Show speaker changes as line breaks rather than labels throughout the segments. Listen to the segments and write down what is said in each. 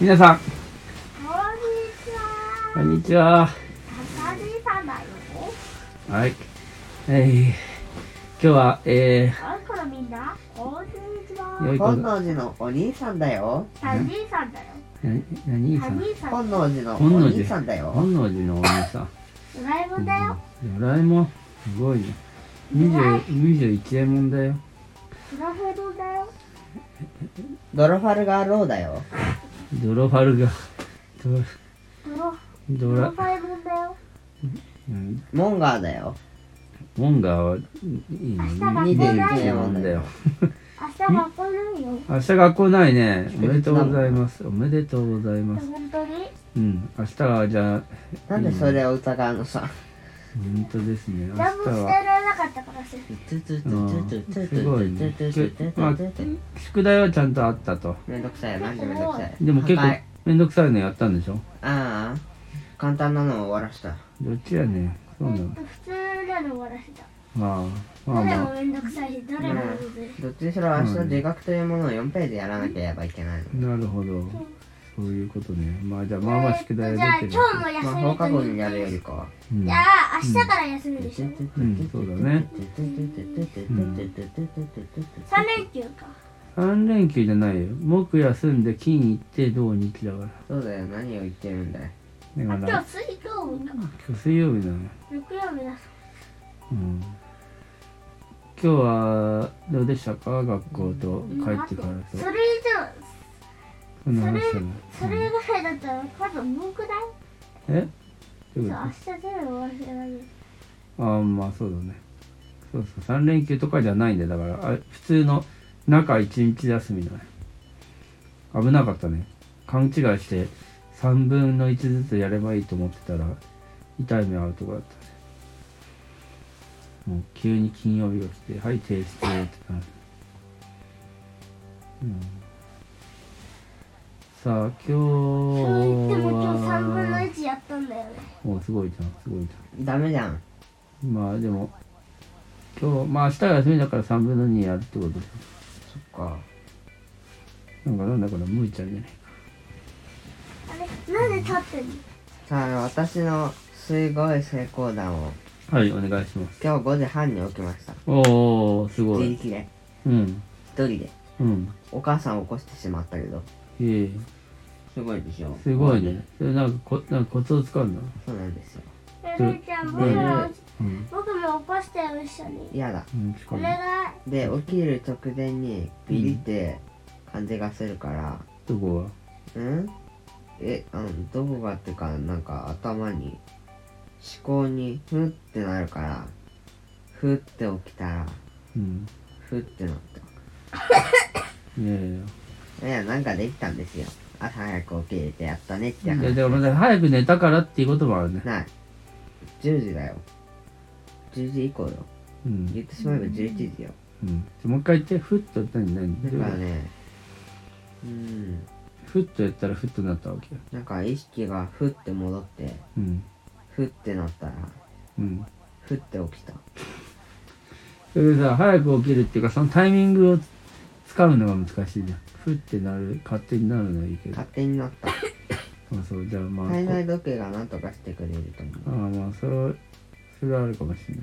皆さん、
こんにちは。
こんにちは。
あかりさんだよ。
はい。えー、今日は、え
あこらみんな、こんにち
ー、良
は。
いこ
本
と、
能寺のお兄さんだよ。
サニーさんだよ。
な、何
サ
さん
ニーさん。
本能寺の
本
お
能
兄さんだ
寺、
よ。
本能寺のお兄さん。
ドラえもんだよ。
ドラえもん、すごいね。20 21円もんだよ。
フラフェドだよ。
ドロファルガーローだよ。
ドロファルガ、ドラ、
ドロ、
ド
ドロ
ラ
フ、ァイモンだよ。
うん、
モンガーだよ。
モンガーは、いいね。
21円も
なん
ん
だ
だ
よ
よ。
明日学校ないよ。
明日学校ないね。おめでとうございます。おめでとうございます。
本当に
うん、明日はじゃあ、
なんでそれを疑うのさ。
本当ですね。明日
何もして
は。
られなかったからさ。
すごいね。まあ、宿題はちゃんとあったと。
めんどくさい。マジめんどくさい。
でも結
は
構
い
めんどくさいのやったんでしょ
ああ。簡単なのを終わらした。
どっちやねそう
ほ
なんの
と普通なの終わらせた。
まあま
ど
あ
れ
ま
も
あ
めんどくさいし、どれもむずい。
どっちにしろ明日自学というものを4ページやらなければいけないの。
なるほどそういうことねまあじゃあまあまあ宿題
えーっ
は
とじゃあ
出てる
今日も
まあ
休
放
み
課
と
後
言
にや
っ
るよ
て
りかは。
うん
じゃあ明日から休みでしょ。
うんそうだね
3連休か。
3連休じゃないよ木休んで金行って土日だか
そうだよ、何を言ってるんだよ。
ら
あ
だか
今
ら
日水曜日か。
今日水曜日なの
木曜日だ。
うん今日はどうでしたか学校と帰ってからと
それ以上
こんな話したの
それぐらいだったら多分文句だよ
えどういうこと
明日全部終わらせられる
ああまあそうだねそうそう3連休とかじゃないんだよだからあ普通の中1日休みだね危なかったね勘違いして3分の1ずつやればいいと思ってたら痛い目合うとこだったねもう急に金曜日が来て「はい提出」ってなるうんさあ今日
そう言っても今日3分の
は
1やったんだよね
おすごいじゃんすごいじゃん
ダメじゃん。
まあでも今日まあ明日が休みだから3分の2やるってことで
そっか。
なんかなんだこれむいちゃんじゃない
あれなんで立ってんの
さあ、私のすごい成功談を
はいお願いします
今日5時半に起きました。
おおすご
自
い
力で、
うん
一人で。
うん
お母さんを起こしてしまったけど。
ええ
すごいでしょ。
すごいねそれなんかこなんかコツをつかんだ
そうなんですよ。
えるちゃん僕も
うん、
僕も起こしてよ一緒に
嫌だ。
うん、しか
お
も
願い
で、起きる直前にビリって感じがするから、
どこは
うんえ、あの、どこがっていうか、なんか頭に、思考にふってなるから、ふって起きたら、
うん
ふってなった。
いやいや
いや、なんかできたんですよ。朝早く起きれてやったねって
いや
話。
でもまだ早く寝たからっていうこともあるね
ない。10時だよ。10時以降よ。
うん、
言ってしまえば11時よ。
うん、もう一回言ってふっと何何
だ
どう
から
いうこ
ね、うん、
とふっとやったらふっとなったわけよ
なんか意識がふって戻って、
うん
ふってなったら、
うん
ふって起きた。
それでさ早く起きるっていうかそのタイミングを使うのが難しいじゃんふってなる勝手になるのはいいけど
勝手になった。
そうそうじゃあまあ
体
こ
内時計がなんとかしてくれると思う。
ああまあそれはそれはあるかもしれな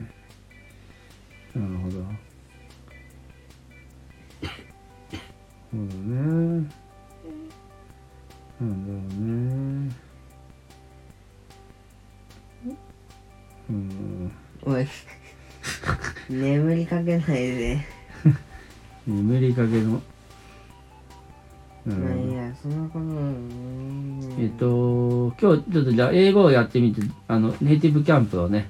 いなるほどそうだねなんだろうねうん
おい、眠りかけないで。
眠りかけのなるほど
まあいいや、そんなことはうん
えっと、今日ちょっとじゃあ英語をやってみて、あの、ネイティブキャンプをね、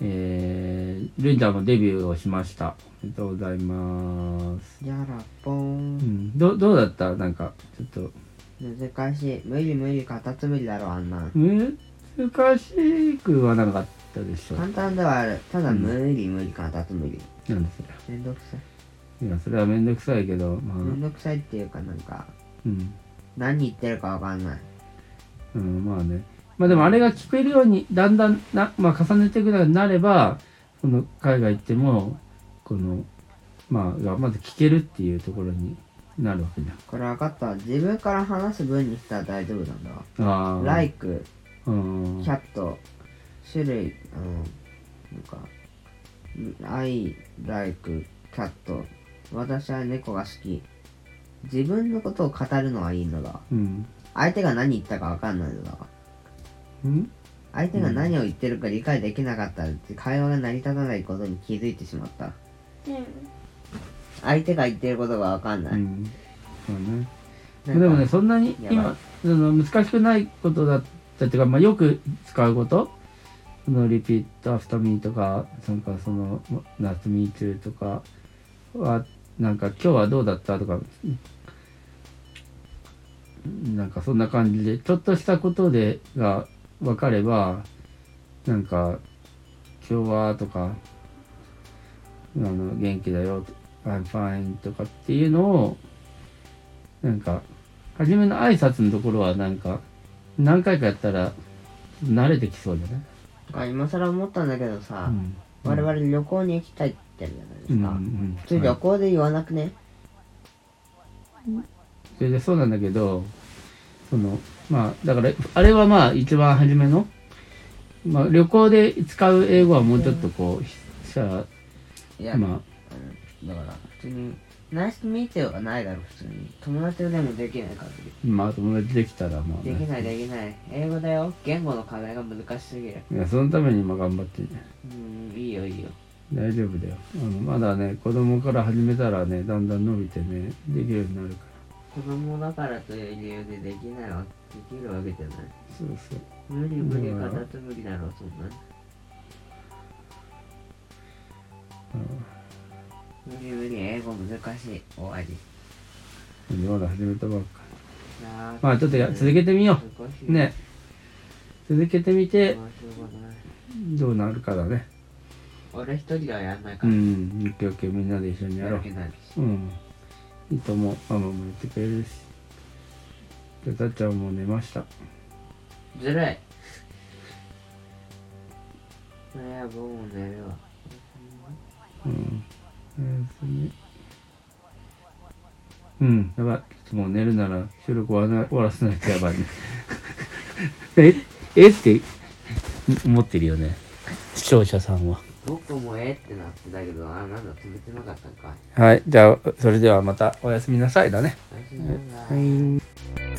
えー、ルンちゃんもデビューをしました。おめでとうございます。
やらぽ。
うんん、どうどうだったなんか、ちょっと、
難しい。無理無理、カタツムリだろ、あんなん。
難しくはなかったでしょ
簡単ではある。ただ
うん
無理無理、カタツムリ。
なんですよ。
めんどくさ
いや、それはめんどくさいけど、
い。め
ま
ん
あ、
どくさいっていうか、なんか、
うん、
何言ってるかわかんない。
うん、まあね。まあでもあれが聞こえるように、だんだんな、まあ重ねていくようになれば、その海外行っても、この、まあ、がまず聞けるっていうところになるわけじ
これ分かった自分から話す分にしたら大丈夫なんだわ
ゃんああ
ライク
うん
キャット種類あのなんか I like キャット私は猫が好き自分のことを語るのはいいのだわ
うん
相手が何言ったか分かんないのだわ
うん
相手が何を言ってるか理解できなかったら会話が成り立たないことに気づいてしまった
うん
相手が言ってることが分かんな
う
い、
んそうね
な
で
んか
もねそんなに
やばい
今その難しくないことだったっていうか、まあ、よく使うことそのリピートアフタミーとかなんかその夏ミーチューとかはなんか今日はどうだったとかうんなんかそんな感じでちょっとしたことでが分かればなんか今日はとかあの元気だよ I'm fine とかっていうのをなんか初めの挨拶のところはなんか何回かやったら慣れてきそうじゃない、
あ今更思ったんだけどさ、
ん、
我々旅行に行きたいって言ってるじ
う
ゃ
んう
ないですか、
ん
普通
は
旅
い
行で言わなくね、
それでそうなんだけどそのまあだからあれはまあ一番初めの、まあ、旅行で使う英語はもうちょっとこうひしたら
い、や、
ま
うんだから普通にナイスミーティーはないだろ普通に友達でもできない限り
あまあ友達できたらまあ、
できない
ね、
できない英語だよ言語の課題が難しすぎる
いやそのために今頑張ってね
うんいいよいいよ
大丈夫だよあのまだね子供から始めたらねだんだん伸びてねできるようになるから
子供だからという理由でできないわできるわけじゃない
そうそう
無理無理
うん
片手無理だろそんな無理無理英語難しい終わり
まだ始めたばっか
な
まあちょっとや続けてみよりね続けてみ
面
て
白くない
どうなるかだね
俺一人ではやんないか
う
ら、
んオッケーオッケーみんなで一緒にやろ
や
う
る気ないし
うんいいと思うママも言ってくれるしじゃあたっちゃんもう寝ました
ずるい。いや、僕も寝るわ。
うんおやすみうんやばいちょっともう寝るなら収録終わらな終わらせないとやばいね ええって思ってるよね視聴者さんは
僕もええってなってたけど、あ、なんだ、止めてなかったんかい。
はいじゃあそれではまたおやすみなさいだね
おやすみなさい
はい